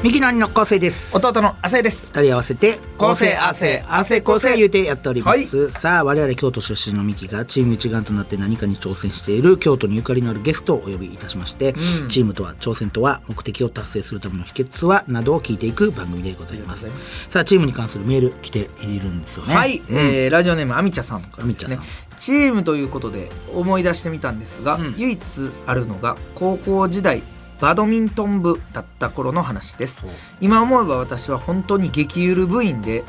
ミキの兄の構成です弟の亜生です二人合わせて構成亜生亜生構成言うてやっておりまはす、さあ我々京都出身のミキがチーム一丸となって何かに挑戦している京都にゆかりのあるゲストをお呼びいたしまして、んチームとは挑戦とは目的を達成するための秘訣はなどを聞いていく番組でござありいますがとうございまさあチームに関するメール来ているんですよねはい、うんえーラジオネームあみちゃさんからですあみちゃねさんチームということで思い出してみたんですが、うん唯一あるのが高校時代バドミントン部だった頃の話ですお今思えば私は本当に激ゆる部員で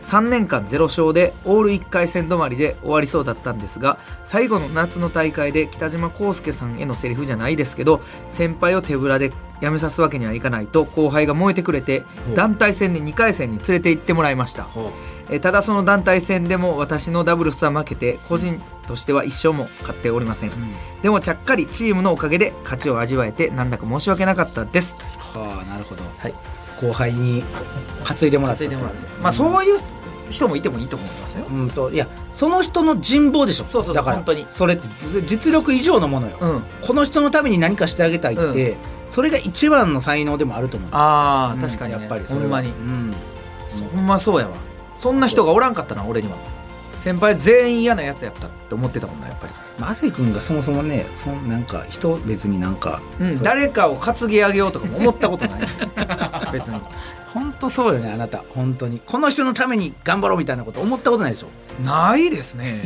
3年間ゼロ勝でオール1回戦止まりで終わりそうだったんですが最後の夏の大会で北島康介さんへのセリフじゃないですけど先輩を手ぶらで辞めさすわけにはいかないと後輩が燃えてくれてお団体戦で2回戦に連れて行ってもらいましたほえーただその団体戦でも私のダブルスは負けて個人としては一勝も勝っておりませんううんでもちゃっかりチームのおかげで勝ちを味わえてなんだか申し訳なかったですとはあなるほど、はい後輩に担いでもらったってことまあそういう人もいてもいいと思いますようん、そういやその人の人望でしょそうそうそうだから本当にそれって実力以上のものよ、うんこの人のために何かしてあげたいって、うそれが一番の才能でもあると思うああうん確かにねやっぱりそほれはんまにうんそうほんまそうやわそんな人がおらんかったな俺には先輩全員嫌なやつやったって思ってたもんなやっぱりまあ亜生君がそもそもねそんなんか人別になんか、うんそう誰かを担ぎ上げようとかも思った ことない別にほんとそうよねあなた本当にこの人のために頑張ろうみたいなこと思ったことないでしょないですね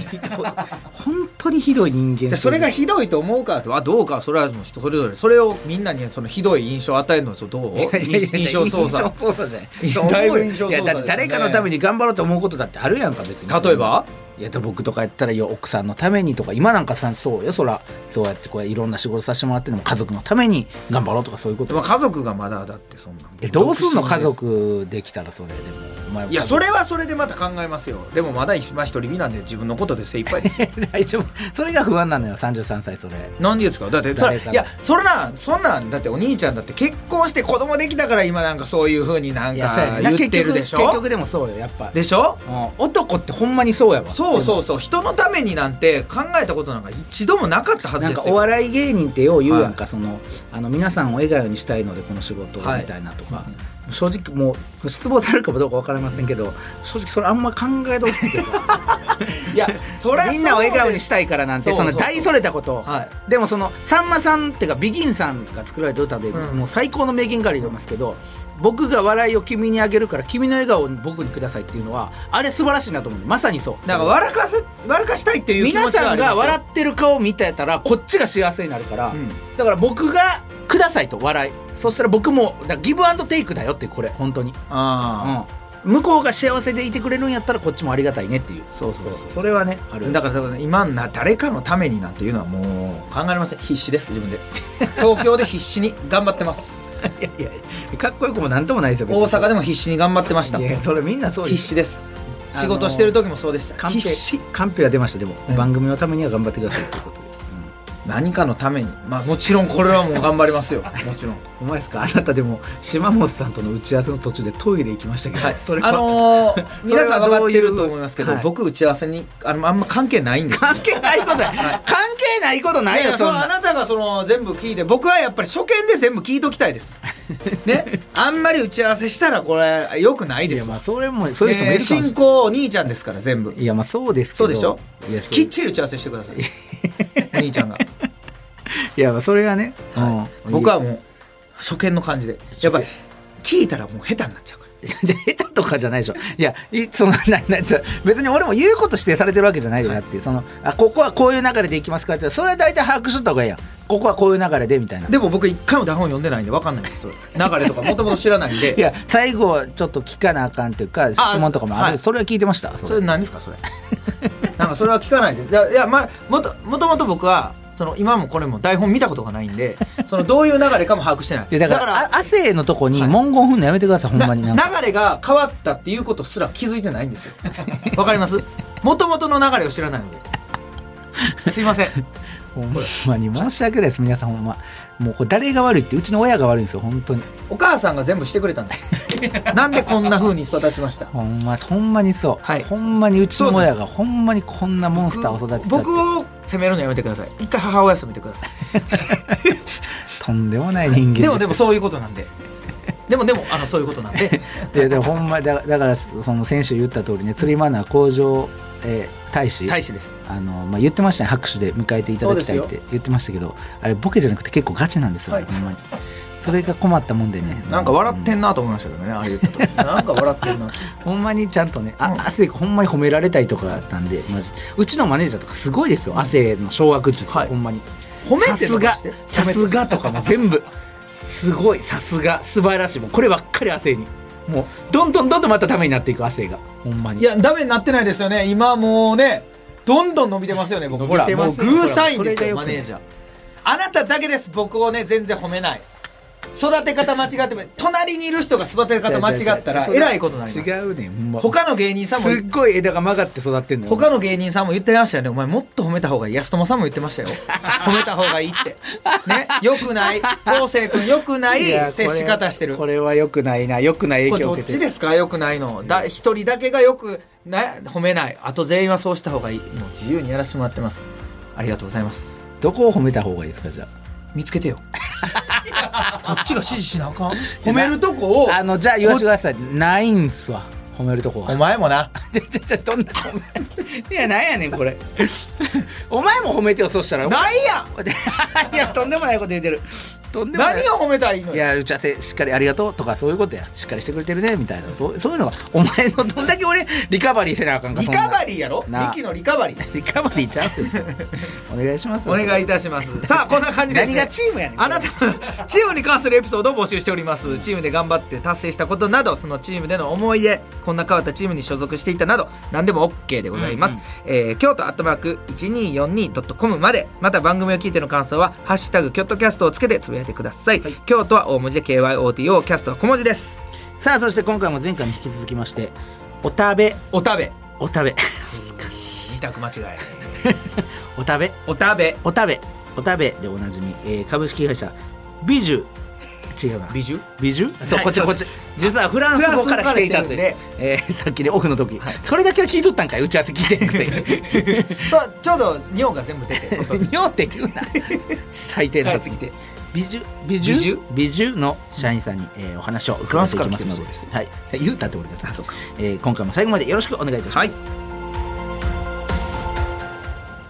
本当にひどい人間じゃあそれがひどいと思うかとはどうかはそれはもう人それぞれそれをみんなにそのひどい印象を与えるのはどういやいやいや印象操印象作操作じゃないいやそう思うだいぶ印象操作いやだって誰かのために頑張ろうと思うことだってあるやんか別に例えばいやで僕とかやったらよ奥さんのためにとか今なんかさそうよそらそうやってこういろんな仕事させてもらってるのも家族のために頑張ろうとかそういうこでとも家族がまだだってそんなんえどうすん独の身です家族できたらそれでもお前もいやそれはそれでまた考えますよでもまだ今一人身なんで自分のことで精一杯ですよ大丈夫それが不安なのよ33歳それなんでですかだ ってそれ誰かいやそれなそんなんだってお兄ちゃんだって結婚して子供できたから今なんかそういうふうになんいやそうやかねんな言ってるでし結局結ょ局でもそうよやっぱでしょうん男ってほんまにそうやわそうそうそう人のためになんて考えたことなんか一度もなかったはずなんでかすおよ笑い芸人ってよう言うやんか、そのあの皆さんを笑顔にしたいのでこの仕事をはいみたいなとか、正直もう失望されるかもどうか分かりませんけど正直それあんま考えどうっていうか いやそりゃそうみんなを笑顔でにしたいからなんてそそうそうそうの大それたことを、はいでもそのさんまさんっていうかビギンさんが作られた歌で、うんもう最高の名言から言いますけど僕が笑いを君にあげるから君の笑顔を僕にくださいっていうのはあれ素晴らしいなと思うまさにそうなんか笑かす笑かしたいっていう気皆持ちはさあんりますがよ笑ってる顔を見てたらこっちが幸せになるから、うんだから僕が「ください」と笑いそしたら僕もだからギブアンドテイクだよってこれ本当に、あうん、向こうが幸せでいてくれるんやったらこっちもありがたいねっていうそうそうそうそれはねああるだからだから今な誰かのためになんていうのはもう考えられません必死です自 分で東京で必死に頑張ってますら いやいやかっこよくもなんともないですよ大阪でもも必死に頑張ってましたいやそれみんなそう必です死ですあのー仕事してる時もそうでしたカンペ必死カンペが出ましたでも、うん番組のためには頑張ってくださいということで、何かのためにまあもちろんこれはもう頑張りますよ もちろんうん、お前ですかあなたでも島本さんとの打ち合わせの途中でトイレ行きましたけど、はいそれはあ のーそれ皆はさんどうい分かってうると思いますけど、はい僕打ち合わせにあのあんま関係ないんですよ関係ないことや関係ないことないいよやそそんのなあなたがその全部聞いて僕はやっぱり初見で全部聞いときたいですねあんまり打ち合わせしたらこれよくないいでやすまよあそれもそういう人もいるかもしれない進行お兄ちゃんですから全部いやまあそうですけそどうでしょいやそうきっちり打ち合わせしてくださいお 兄ちゃんが、いやまあそれはね、はいうん僕はもう初見の感じでやっぱり聞いたらもう下手になっちゃうからいやじゃあ下手とかじゃないでしょいやいその ななそ別に俺も言うこと指定されてるわけじゃないよなっていうそのあここはこういう流れでいきますからってそれは大体把握しとった方がいいやんここはこういう流れでみたいなでも僕一回も台本読んでないんで分かんないです流れとかもともと知らないん いでや最後ちょっと聞かなあかんっていうか質問とかもあるはいそれは聞いてましたそそれ何ですかそれ なんかそれは聞かないでいやいや、まあ、もともともと僕はその今もこれも台本見たことがないん でそのどういう流れかも把握してないいやだからあ亜生のとこに文言踏んのやめてください、ほんまになんかな流れが変わったっていうことすら気づいてないんですよわかりますもともとの流れを知らないのですいませんほんまに申し訳ないです皆さんほんまもうこれ誰が悪いってうちの親が悪いんですよ本当にお母さんが全部してくれたんですなんでこんな風に育ちましたほんまほんまにそう、はいほんまにうちの親がほんまにこんなモンスターを育てちゃって僕を責めるのやめてください一回母親責めてくださいとんでもない人間すでもでもそういうことなんででもでもあのそういうことなんで いやでもほんまだだからその先週言った通りね釣りマナー向上、えー大使大使ですあのまあ、言ってましたね拍手で迎えていただきたいっそうて言ってましたけどあれボケじゃなくて結構ガチなんですよ、はいほんまにそれが困ったもんでねなんか笑ってうんなと思いましたけどねあれ言った時 なんか笑ってんなほんまにちゃんとねあうん汗ほんまに褒められたりとかなんでマジうちのマネージャーとかすごいですよ汗の掌握術、はいほんまに褒めてさすとかがしてさすがとかも全部すごいさすが素晴らしいもうこればっかり汗にもうどんどんどんどんまたダメになっていく汗がほんまにいやダメになってないですよね今もうねどんどん伸びてますよね僕ほ伸びらてもまうすグよーサインでそすれがよよくマネージャーあなただけです僕をね全然褒めない育て方間違っても隣にいる人が育て方間違ったらえらいことになります違うねんほんま他の芸人さんもすっごい枝が曲がって育ってんのよ他の芸人さんも言ってましたよね。お前もっと褒めた方がいい。安友さんも言ってましたよ。褒めた方がいいって。ね。良くない。昴生君良くないや接し方してる。ここれれは良くないな良くない影響どっを受けてちですか良くないの。だ、一人だけが良くない、褒めない。あと全員はそうした方がいい。もう自由にやらせてもらってます。ありがとうございます。どこを褒めた方がいいですかじゃ見つけて よ。こっちが指示しなあかん。褒めるとこをあ。あのじゃあ言わせてくださいないんすわ褒めるとこおは前もな。 じゃじゃじゃどんな褒め いやなんやねんこれお前も褒めてよそしたらないやん いやとんでもないこと言ってるとんでもない何を褒めたらいいのいよ。や打ち合わせしっかりありがとうとかそういうことやしっかりしてくれてるねみたいなそうそういうのがお前のどんだけ俺リカバリーせなあかんかリカバリリーやろミなあキのリカバリー。ーリカバリーちゃうんで すよお願いしますお願いいいたします。さあ、こんな感じです、何がチームやねんあなたのチームに関するエピソードを募集しております。チームで頑張って達成したことなど、そのチームでの思い出、こんな変わったチームに所属していたなど、何でも OK でございます。えー京都アットマーク 1242.com まで、また番組を聞いての感想は、ハッシュタグ、京都キャストをつけてつぶやいてください。京都は大文字で KYOTO、キャストは小文字です。さあそして今回も前回に引き続きましてお食べお食べ。お 食べ二択間違え。お食べお食べ。お食べお食べでおなじみ、えー株式会社ビジュ違うな美女ビジュそうはいこっちこっち実はフランス語から来ていたといフランう、えーさっきでオフの時、それだけは聞いとったんかい打ち合わせ聞いてんくせにそう、ちょうど尿が全部出て、外に尿って言うな最低な帰ってやつきて。ビジュビジュビビジジュュの社員さんに、えーお話を伺っていきますフランスから来のてるそうでですはい、言うたって俺がさあそうかえー今回も最後までよろしくお願いいたします、はい。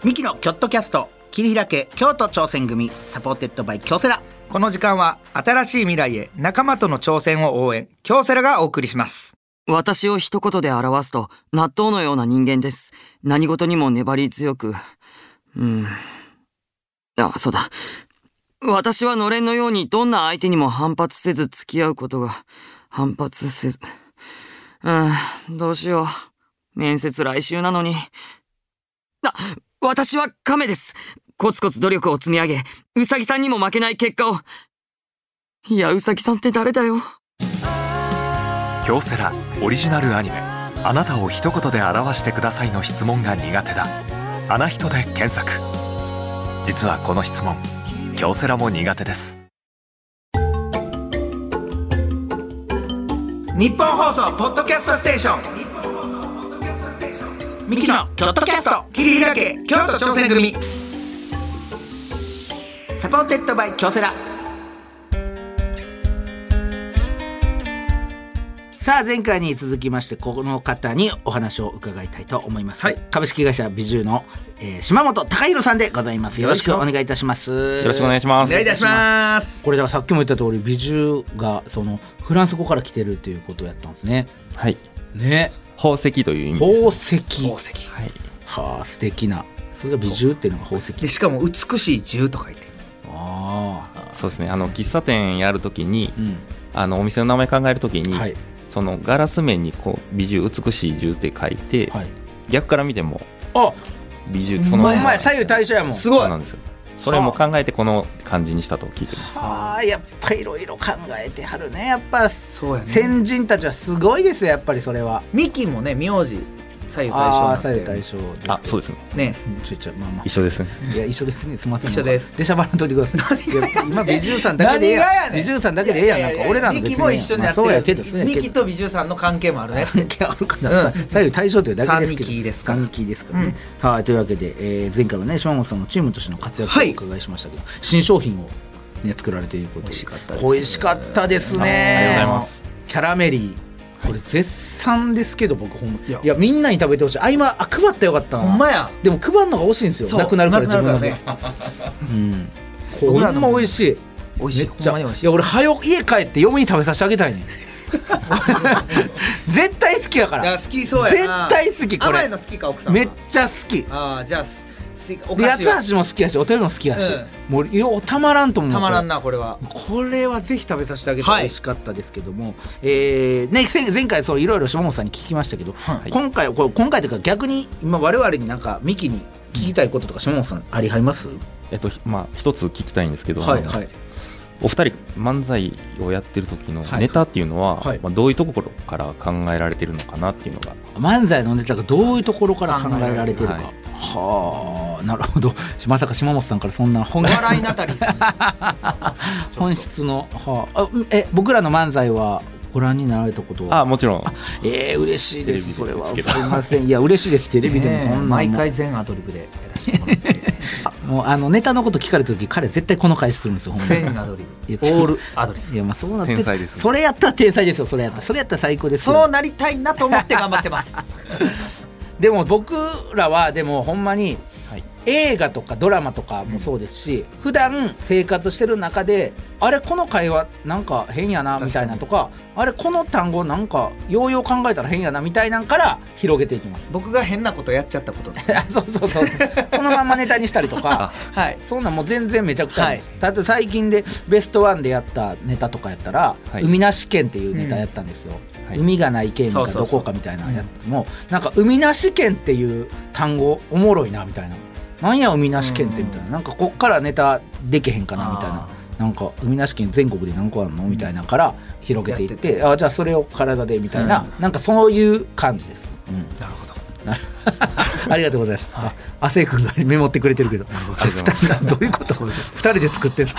ミキのキョットキャスト切り開け京都挑戦組サポーテッドバイ京セラこの時間は新しい未来へ仲間との挑戦を応援、京セラがお送りします。私を一言で表すと、納豆のような人間です。何事にも粘り強く。うん。あ、そうだ。私はのれんのようにどんな相手にも反発せず付き合うことが、反発せず。うん、どうしよう。面接来週なのに。あ、私は亀です。コツコツ努力を積み上げ、うさぎさんにも負けない結果を。いや、うさぎさんって誰だよ。京セラオリジナルアニメ「あなたを一言で表してください」の質問が苦手だ「アナ人」で検索実はこの質問京セラも苦手です日本放送ポッドキャストステーション。ミキのキョットキャスト切り開け京都挑戦組サポーテッドバイ京セラさあ前回に続きましてこの方にお話を伺いたいと思います、はい株式会社ビジュの、えー島本隆弘さんでございますよろしくお願いいたしますよよろしくお願いしまおす。願いいたしますこれだからさっきも言った通りビジュがそのフランス語から来てるということをやったんですねはい。ね宝石という意味です。宝石宝石はい。はあ素敵なそれが美獣っていうのが宝石でしかも美しい銃と書いてああそうですね。あの喫茶店やるときに、うんあのお店の名前考えるときに、はいそのガラス面にこう美獣美しい獣って書いて、はい逆から見てもあ美獣おそのま前ま。前左右対称やもんすごそいうなんですよ。それも考えてこの感じにしたと聞いてます。ああやっぱいろいろ考えてはるねやっぱそうやね先人たちはすごいですよやっぱりそれはミキもね名字左右対称ああなー左右ん対で称あそううですねねちょいちょいまあまあ一緒ですねいや一緒ですねすみません一緒です出しゃばらんといてくださいいや今ビジュさんだけでええや何がやんねんビジュさんだけでええやんなんか俺らのミ別キにも一緒になってる、まあそうやけどそうやけミどキと美獣さんの関係もあるね関係あるから さうん左右対称というだけですけど三二キーですから三二キーですからね、はいというわけで、えー前回はね島本さんのチームとしての活躍をはおい伺いしましたけど、新商品をね作られていること美で味しかったです美味しかったですねありがとうございますキャラメリーこれ絶賛ですけど僕ほんまいいややみんなに食べてほしいあ今あ配ったらよかったなほんまやでも配るのが惜しいんですよなくなるから自分の分なくなるからねうん僕ほらんのま美味しい美味しいめっちゃほんまにい美味しいや俺はよ家帰って嫁に食べさせてあげ たいねん絶対好きやかだからら好きそうやな絶対好きこれ甘いの好きか奥さんはめっちゃ好きああじゃあすすおで菓子は八橋も好きやしお便りも好きやし、もうようたまらんと思うたまらんななこれはこれはぜひ食べさせてあげたらはい美味しかったですけども、えーね、前前回そういろいろ下本さんに聞きましたけど、い今回これ今回というか逆に今我々になんかミキに聞きたいこととか下本さんありはりますえっとまあ一つ聞きたいんですけど、はいあのはいお二人漫才をやってる時のはいネタっていうのは、はいまあ、どういうところから考えられてるのかなっていうのが漫才のネタがどういうところから考えられてるかはいはあなるほどまさか島本さんからそんなお本笑いナタリーさん本質の、はあ、あうんえ僕らの漫才はご覧になられたことはあもちろんえー、嬉しいですそテレれビではですすけいどませんいや嬉しいですテレビでもそんなんもう毎回全アドリブでやらせてもらって もうあのネタのこと聞かれた時彼絶対この返しするんですよほんまに全アドリいブやオールアドリブいやまあそうなって天才ですねそれやったら天才ですよそれやったらそれやったら最高ですよそうなりたいなと思って頑張って ます。でも僕らはでもほんまにはい映画とかドラマとかもそうですし、普段生活してる中であれこの会話なんか変やなみたいなとかあれこの単語なんかようよう考えたら変やなみたいなんから広げていきます僕が変なことやっちゃったことです。あそうそうそうそのまんまネタにしたりとかはい。そんなんもう全然めちゃくちゃあります、例えば最近でベストワンでやったネタとかやったら「はい海なし県」っていうネタやったんですよ、はい海がない県そかうそうどそうこかみたいなやつもなんか「海なし県」っていう単語おもろいなみたいな「なんや海なし県って」みたいななんかこっからネタでけへんかなみたいあな。なんか海なし県全国で何個あるのみたいなのから広げていってやってあじゃあそれを体でみたいな、なんかそういう感じです、うん、なるほど。なる ありがとうございます。あ亜生君がメモってくれてるけど、二人がどういうこと？二人で作ってる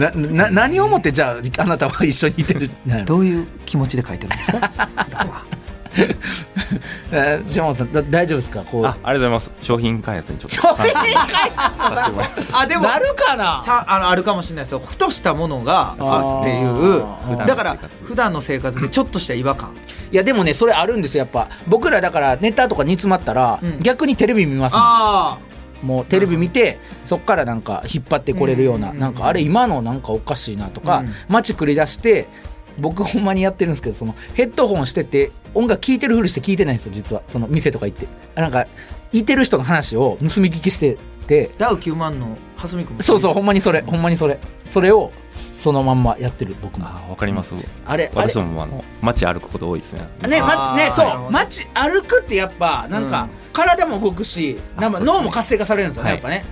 のになな何をもってじゃああなたは一緒にいてる。なるどういう気持ちで書いてるんですか。えー 島本さんだ大丈夫ですか？こうあありがとうございます商品開発にちょっと商品開発させてもらいますあでもなるかなち？ゃあのあるかもしれないですよ。ふとしたものがあーっていうーだから普段の生活普段の生活でちょっとした違和感。いやでもねそれあるんですよやっぱ僕らだからネタとか煮詰まったら、うん逆にテレビ見ますもんあもうテレビ見てそっからなんか引っ張ってこれるような、うんなんかあれ今のなんかおかしいなとか、うん街繰り出して僕ほんまにやってるんですけどそのヘッドホンしてて音楽聴いてるふりして聴いてないんですよ実はその店とか行ってあなんかいてる人の話を盗み聞きしててあ。ダウ9万のハスミ君も。そうそうほんまにそれほんまにそれそれをそのまんまやってる僕もあわかりますあれあれ私どもあの街歩くこと多いですねね、あー街ね、なるほそどう、街歩くってやっぱ、なんうかん、体も動くし、なんかそうですね脳も活性化されるんですよね、やはいっぱね。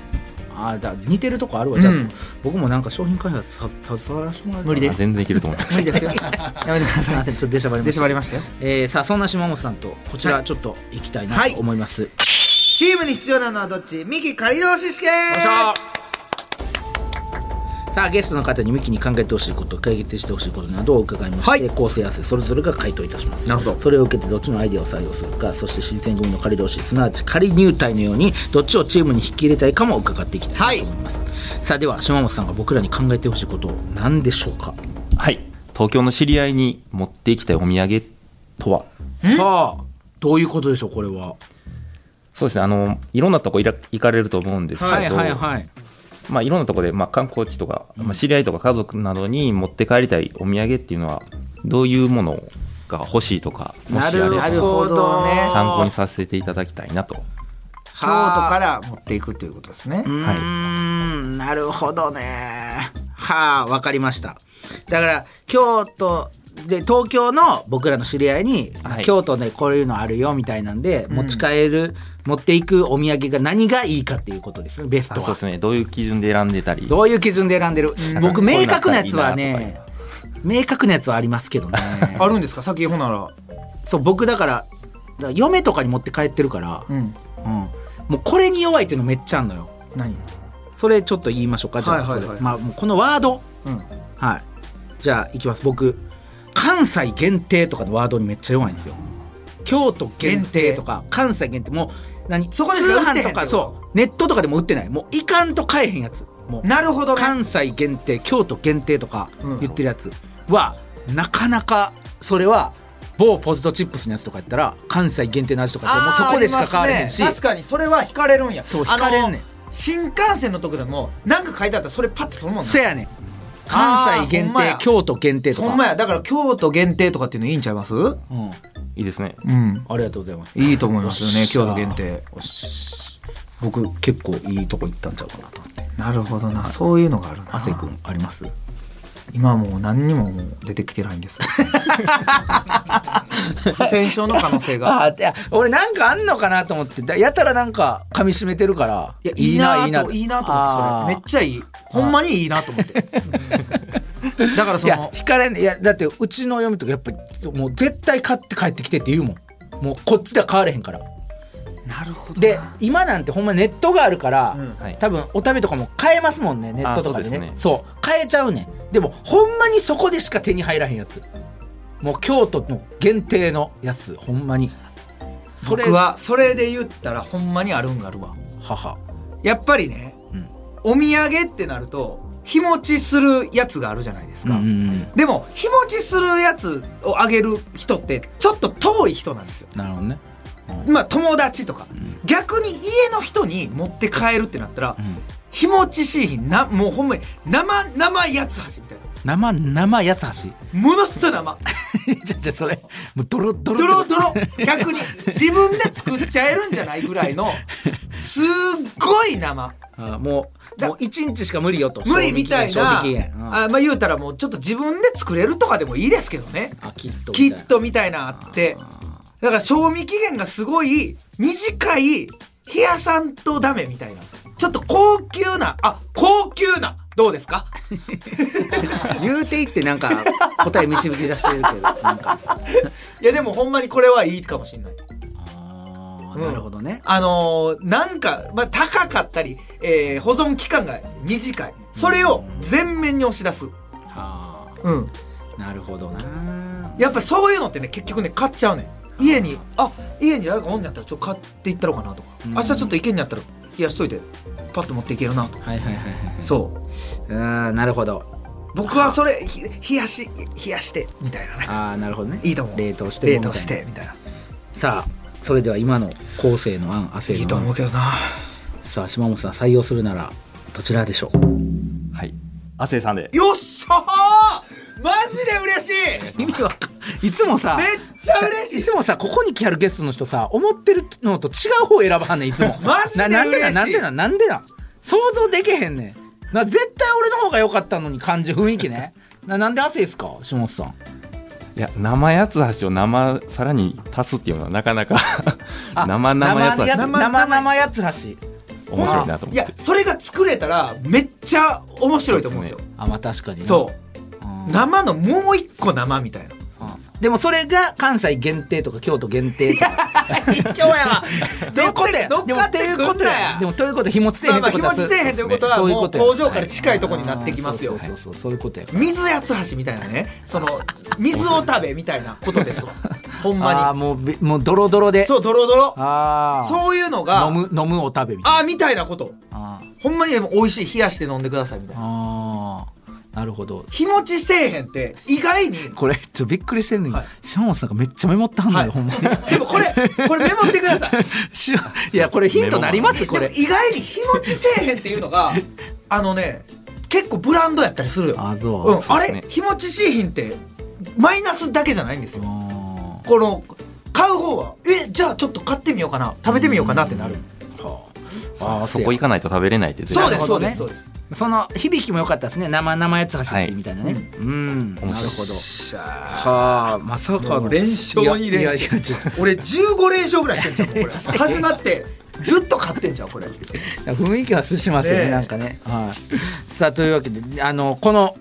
ああ、だ、似てるとこあるわ、じゃあうん、僕もなんか商品開発さ、携わらせてもらえたら無理です全然いけると思います無理です よ。やめてくだすいさまい。せん、ちょっと出しゃばりま出ししゃばた。りましたよ。えー、さあ、そんな島本さんと、こちはらいちょっと行きたいなはいと思います。よ チームに必要なのはどっち？ミキ仮同士試験。いしょさあゲストの方にミキに考えてほしいこと解決してほしいことなどを伺いまして、はい構成合わせそれぞれが回答いたしますなるほどそれを受けてどっちのアイデアを採用するかそして新選組の仮同士すなわち仮入隊のようにどっちをチームに引き入れたいかも伺っていきたいなと思います、さあでは島本さんが僕らに考えてほしいこと何でしょうかはい東京の知り合いに持っていきたいお土産とはさあどういうことでしょうこれはそうですねあのいろんなとこいら行かれると思うんですけど、はいまあ、いろんなとこで、まあ、観光地とか、まあ、知り合いとか家族などに持って帰りたいお土産っていうのはどういうものが欲しいとかもしあなればるほどね参考にさせていただきたいなと京都から持っていくということですね。はいうーんなるほどねはあわかりましただから京都で東京の僕らの知り合いに、はい京都でこういうのあるよみたいなんで、持ち帰る持っていくお土産が何がいいかっていうことですねベスあトそうはですねどういう基準で選んでたりどういう基準で選んでる、僕うん明確なやつはこういうのあったらいいねな明確なやつはありますけどね あるんですか先ほんならそう僕だからから嫁とかに持って帰ってるから、うんうんもうこれに弱いっていうのめっちゃあんのよ何それちょっと言いましょうかじゃあ、はいはいはいそれまあもうこのワードうんはいじゃあいきます僕関西限定とかのワードにめっちゃ弱いんですよ京都限定とか関西限定もう何そこで通通販販ととかかそうネットとかでも売ってないもういかんと買えへんやつもうなるほどね関西限定京都限定とかうん言ってるやつは、なかなかそれは某ポテトチップスのやつとかやったら関西限定の味とかってもうそこでしか買われへんし、ありますね確かにそれは惹かれるんやそう惹かれあんねんの新幹線のとこでもなんか書いてあったらそれパッと取るもんなせやねん関西あーほん限まや定京都限定とほかんまやだから京都限定とかっていうのいいんちゃいますううん、いいですね。んありがとうございますいいと思いますよねよっしゃ京都限定よし僕結構いいとこ行ったんちゃうかなと思ってなるほどなそういうのがあるな亜生君あります今もう何にももう出てきてないんです 戦勝の可能性があいや俺なんかあんのかなと思ってだやたらなんか噛み締めてるからいやいいなといいいいななとと思あーってそれめっちゃいいほんまにい いなと思ってだからいそやの引かれんいやだってうちの嫁とかやっぱりもう絶対買って帰ってきてって言うもんもうこっちでは買われへんからなるほどなで今なんてほんまネットがあるから、うんはい多分お食べとかも買えますもんねネットとかでねあそうですねそう買えちゃうねんでもほんまにそこでしか手に入らへんやつもう京都の限定のやつほんまにそれ僕はそれで言ったらほんまにあるんがあるわ母やっぱりね、うんお土産ってなると日持ちするやつがあるじゃないですうんか、うんうんでも日持ちするやつをあげる人ってちょっと遠い人なんですよなるほどねまあ友達とか、逆に家の人に持って帰るってなったら、日持ちしい日なもうほんまに生生八つ橋みたいな生生八 つものすごい生橋じゃじゃそれもうドロドロドロドロ逆に自分で作っちゃえるんじゃないぐらい のすっごい生あーもうだもう一日しか無理よと無理みたいな、賞味期限うんあまあ言うたらもうちょっと自分で作れるとかでもいいですけどねあきっとキみたいットみたいなあってだから賞味期限がすごい短い冷やさんとダメみたいなちょっと高級なあ高級などうですかな言うていってなんか答え導き出してるけどなんかいやでもほんまにこれはいいかもしんないあ うんーなるほどねあのーなんか、まあ、高かったり、えー保存期間が短いそれを全面に押し出すはうんあなるほどなやっぱそういうのってね結局ね買っちゃうねん家にあ家に誰かおんねやったらちょっと買っていったろうかなとか、うん明日ちょっと行けんやったら冷やしといてパッと持っていけるなとかはいはいはいはいそうあーなるほど僕はそれひ冷やし冷やしてみたいなねああなるほどねいいと思う冷凍して冷凍してみたいなさあそれでは今の後世の案亜生いいとの思案うけどなさあ島本さん採用するならどちらでしょうはい。亜生さんで。よっしゃーマジで嬉しい意味わかんいつもさめっちゃ嬉しいいつもさここに来はるゲストの人さ思ってるのと違う方選ばはんねんいつ もマジでななんで嬉しないなんでなんなんでなん想像できへんねんな絶対俺の方が良かったのに感じ雰囲気ねななんで亜生ですか島本さんいや、生八つ橋を生さらに足すっていうのはなかなかあ生生八つや橋生生生やつ橋面白いなと思いって。やそれが作れたらめっちゃ面白いと思うんですよあまあ確かにねそううん生のもう一個生みたいなうんでもそれが関西限定とか京都限定と か 今日やわということやどっかってでもというこくんとだやよでもということは日持ちせえまへんあっまあてこ日とは持ちせえへんということはそういうもこうとや工場から近いところになってきますよそうそうそうそうそういうことや水八つ橋みたいなねその水を食べみたいなことです わほんあまあもうびもうドロドロでにそうドロドロああそういうのが飲む飲むを食べみたいああみたいなことなほんまにでも美味しい冷やして飲んでくださいみたいなああなるほど日持ちせえへんって意外にこれちょっとびっくりしてんねんけどはい島本さんがめっちゃメモったはんのはいよほ んまにでもこれこれメモってくださいしいやこれヒントなりますこでもれ意外に日持ちせえへんっていうのが あのね結構ブランドやったりするよあうそんうあそうでれす日持ちしい品ってマイナスだけじゃないんですようんこの買う方はえじゃあちょっと買ってみようかな食べてみようかなってなるあーそこ行かないと食べれないって絶対そうですなるそほうでどねすそうですその響きも良かったですね生生やつ走ってみたいなね、はいうんなるほどしゃはあまさかの連勝に連勝いやいやいやちょっと 俺15連勝ぐら いしてんじゃんもうこれ始まってずっと勝ってんじゃんこれ雰囲気はすしますよねねえなんかね、はい、さあというわけであのこの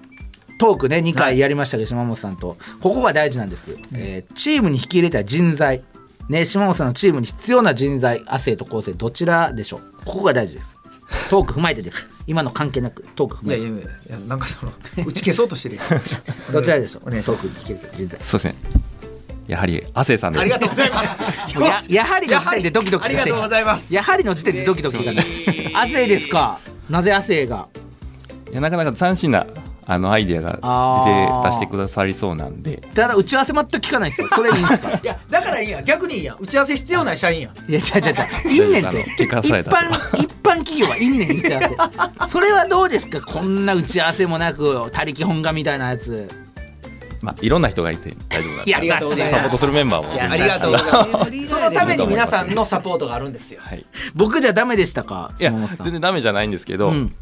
トークね2回やりましたけど、島本さんとここが大事なんです、えーチームに引き入れたい人材ねえ島本さんのチームに必要な人材亜生と昴生どちらでしょうここが大事ですトーク踏まえてです今の関係なくトーク踏いまやえいやいてやいやなんかその 打ち消そうとしてるやんどちらでしょうお願いしトまークすに聞ける人材そうですね。やはり、亜生さんであすりがとうございますもうややはりの時点でドキドキありがとうございますやはりの時点でドキドキだね嬉しい亜生ですかなぜ亜生がいやなかなか斬新なあのアイデアがあ出ーて出してくださりそうなんでただ打ち合わせ全く聞かない ですよそれいいんですかいやだからいいやん逆にいいやん打ち合わせ必要ない社員やんいや、ちゃうちゃうちゃう。いんねんって。一聞かさ般れたと、一般企業はいんねん、打ち合わせ。それはどうですかこんな打ち合わせもなく、他力本願みたいなやつ。まあ、いろんな人がいて大丈夫だいやありがとうございサポーまトすするメンバーもありがとうございます そのために皆さんのサポートがあるんですよはい、僕じゃダメでしたかいや島本さん。全然ダメじゃないんですけど、うん。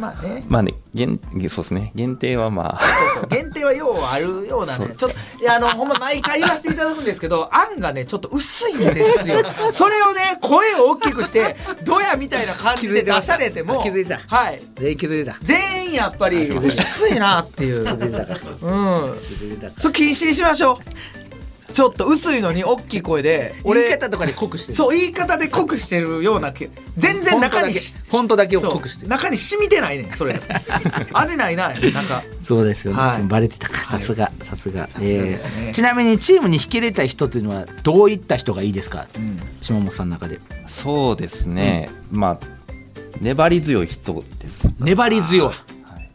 まあねまあね限そうですね限定 はまあ そう限定はようあるようなそねうちょっといやあのほんま毎回言わせていただくんですけど案がねちょっと薄いんです よそれをね声を大きくしてドヤみたいな感じで出されても気づいてましたはい全員気づいた。全員やっぱり薄いなって いううんそれ禁止にしましょうちょっと薄いのに大きい声で俺、俺言い方とかで濃くしてる。う。そう言い方で濃くしてるようなけ全然中にし本当だけをそう濃くしてる。中に染みてないねんそ れ味ないななんかそうですよね。はいバレてたか。さすが、さすが。えすねーちなみに、チームに引き入れたい人というのは、どういった人がいいですかん島本さんの中で。そうですね、まあ粘り強い人です粘り強い。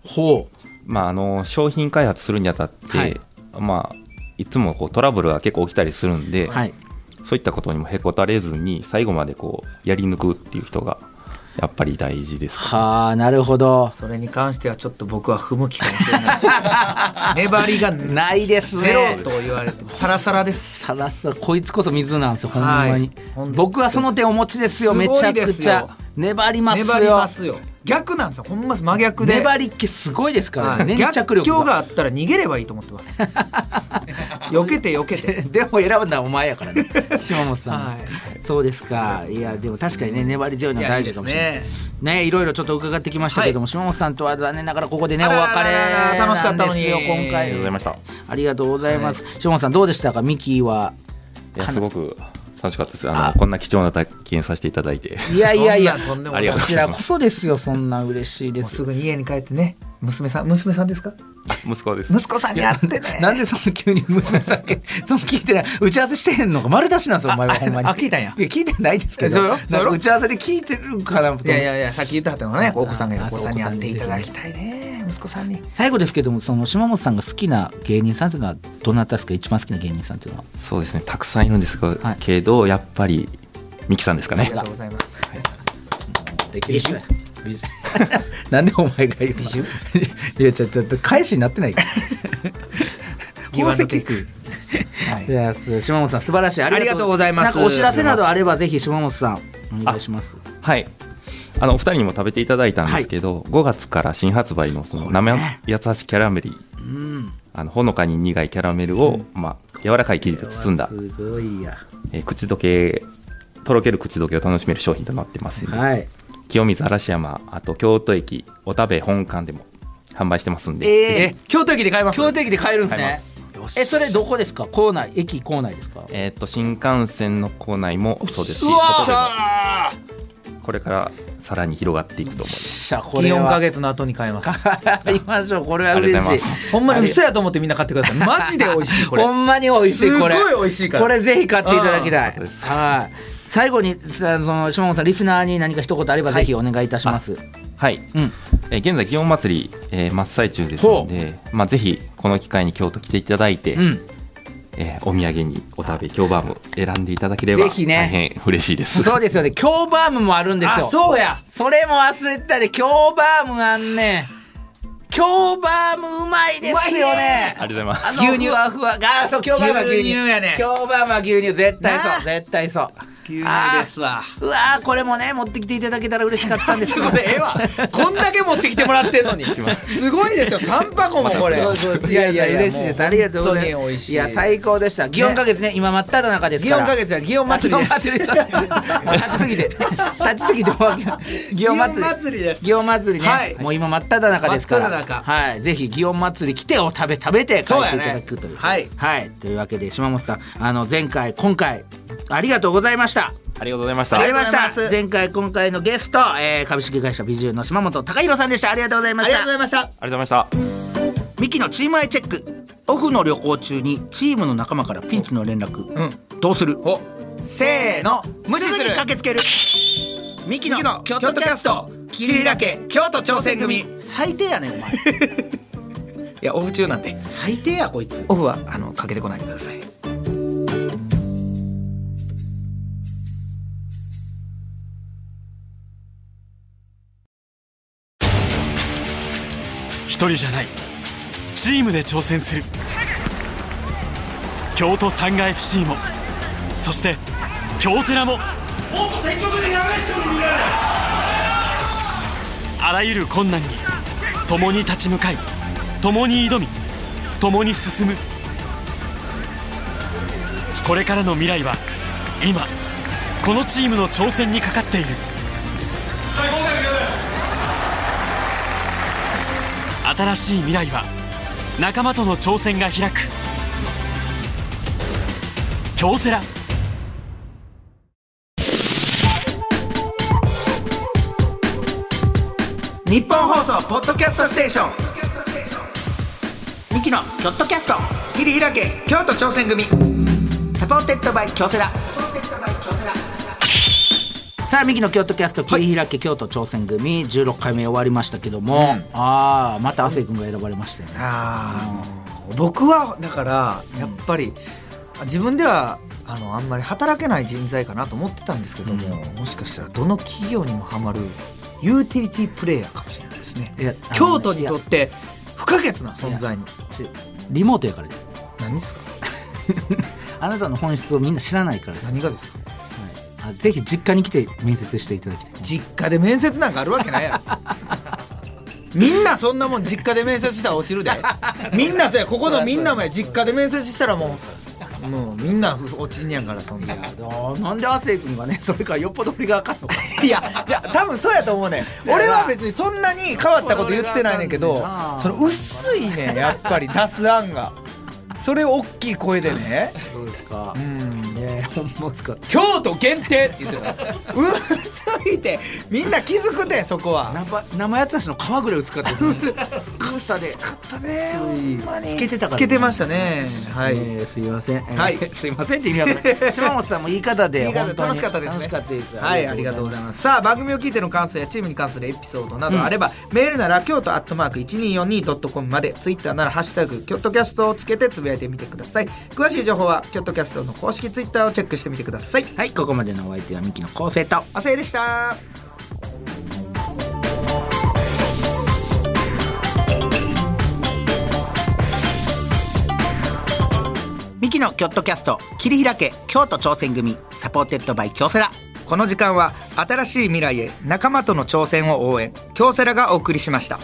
ほう。まああの商品開発するにあたって、はいまあいつもこうトラブルが結構起きたりするんで、はい。そういったことにもへこたれずに最後までこうやり抜くっていう人がやっぱり大事ですはあ、なるほど。それに関してはちょっと僕は不向きかもしれ ない粘りがゼないですね。ロと言われてもサラサラですさらさらこいつこそ水なんですよほんまに、はいほんと僕はその手お持ちですよすごいめですちよゃくちゃ粘りますよ粘りますよ逆なんですよほんま真逆で粘りっ気すごいですからね、はい粘着逆力境ががあったら逃げればいいと思ってます 避けて避け てでも選ぶのはお前や からね島本さん、はいそうですかいやでも確かにね粘り強いのは大事かもしれないいやいいでねいろいろちょっと伺ってきましたけども、島本さんとは残念ながらここでねお別れあらららら楽しかったのになんですよ今ありがとうご回ざいましたありがとうございます、島本さんどうでしたかミキはいやすごく楽しかったですあのこんな貴重な体験させていただいていやいやいやそんなとんでもあないりがとうこごちざいらまこすそですよそんな嬉しいでもう すすぐに家に帰ってね娘さん娘さんですか息子です息子さんに会 ってねなんでその急に娘さんけ、 その聞いてない、打ち合わせしてへんのが丸出しなんですよ、お前はほんまに。あ聞いたんやいや、聞いてないですけえそうど、よなんそうかよ打ち合わせで聞いてるかなと思っいてやいやいやさっき言ったはったのはねお子さんがいるあお子あさんに会っていただきたいね息子さんに最後ですけども、その島本さんが好きな芸人さんというのは、どなたですか、一番好きな芸人さんというのは。そうですねたくさんいるんですがはいけどやっぱりミキさんですかあねりがとうございますできる人や美女 なんでお前が言う美女 いやちょっと返しになってないから Give and 宝 take はいじゃあす島本さん素晴らしいあありがとうございますなんかお知らせなどあればぜひ島本さんお願いしますはいあのお二人にも食べていただいたんですけど、5月から新発売のその生八つ橋キャラメリー、あのほのかに苦いキャラメルを、まあ、柔らかい生地で包んだ、すごいやえー口どけとろける口どけを楽しめる商品となってますので、はい清水嵐山あと京都駅お食べ本館でも販売してますんで、え京都駅で買います京都駅で買えるん買えまですねえそれどこですか構内駅構内ですかえーっと新幹線の構内もそうですしうわー外でもこれからさらに広がっていくと思いますしゃこれ4ヶ は月の後に買います買いましょうこれはあり嬉がとうございましいすほんまに嘘やと思ってみんな買ってくださいマジで美味しいこれ ほんまに美味しいこれすごい美味しいからこれぜひ買っていただきたいうんはい最後にさその島本さんリスナーに何か一言あればぜひお願いいたします、はい、うんえー現在祇園祭り、えー真っ最中ですので、まあ、ぜひこの機会に京都来ていただいて、うんえーお土産にお食べ京バーム選んでいただければぜひね大変嬉しいですそうですよね京バームもあるんですよあそうやそれも忘れてたで京バームあんね京バームうまいですよね ありがとうございあますの牛乳ふわふわがそう京バームは牛乳牛乳やね京バームは牛乳絶対そなあう絶対そう牛あ乳ーですわうわーこれもね持ってきていただけたら嬉しかったんですとけいう どことでええわこんだけ持ってきてもらってんのにませすごいですよ3箱もこれそうそうそういやいや嬉しいですありがとうござ本い当に美ま味しすいいや最高でした祇園か月ね今真っ只中ですか祇ら園か月は祇園祭りです祇園祭りですもう立ちす ぎて立ちすぎてもう祇園祇園祭りです祇園祭りね、はいもう今真っ只中ですから真っ只中はい、ぜひ祇園祭り来てお食べ食べて帰そうってやいねただくというはいはい、というわけで島本さんあの前回今回ありがとうございましたありがとうございましあた。りがとうございまありがとうございました前回今回のゲスト、えー株式会社ビジューの島本隆弘さんでしたありがとうございまあしりがとうごたざいましたありがとうございました。ミキのチームアイチェックオフの旅行中にチームの仲間からピンチの連絡、うんどうするおせーの無視すすぐにる駆けつけるミキミキのの京京都都キキャャスストト桐桐平平家家京京都都挑挑戦戦組組最低やねんお い前やオフ中なんで最低やこいつオフはあのかけてこないでください一人じゃないチームで挑戦する京都サンガ FC もそして京セラもあらゆる困難に共に立ち向かい共に挑み共に進むこれからの未来は今このチームの挑戦にかかっている新しい未来は仲間との挑戦が開く京セラ日本放送ポッドキャストステーションミキの京都キャスト桐平家京都挑戦組サポーテッドバイ京セラさあミキの京都キャスト桐平家京都挑戦組、16回目終わりましたけども、ああまた亜生君が選ばれましたよねあー僕はだからやっぱり自分ではあのあんまり働けない人材かなと思ってたんですけども、もしかしたらどの企業にもハマるユーティリティプレイヤーかもしれないですねいやあの京都にとって不可欠な存在にちリモートやからです何ですかあなたの本質をみんな知らないからです、何がですかあぜひ実家に来て面接していただきたい実家で面接なんかあるわけないやろ みんなそんなもん実家で面接したら落ちるでみんなそうやここのみんなもや実家で面接したらもうもうみんな落ちんねやからそんなあーなんで亜生君がねそれからよっぽど俺があかんのか いや、いや、多分そうやと思うねん。俺は別にそんなに変わったこと言ってないねんけど、その薄いねん、やっぱり出す案が。それを大きい声で ね、 そうですかうん、ねえほんまですか京都限定って言ってたから。薄いて、みんな気づくで、そこは。生生やつたしの皮ぐらい薄かったよね薄さでかったねほんまにつけてましたね。はい。えーすいません、え ーはいすいませんって意味わかんない島本さんも言い方でいい方本当に楽しかったですね楽しかったですはいありがとうございますさあ番組を聞いての感想やチームに関するエピソードなどあれば、メールなら京都アットマーク 1242.com までツイッターなら「ハッシュタグ京都キャスト」をつけてつぶやいてみてください詳しい情報は京都キャストの公式ツイッターをチェックしてみてくださいはいここまでのお相手はミキの昴生と亜生でしたミキのキョットキャスト切り開け京都挑戦組サポーテッドバイ京セラこの時間は新しい未来へ仲間との挑戦を応援京セラがお送りしました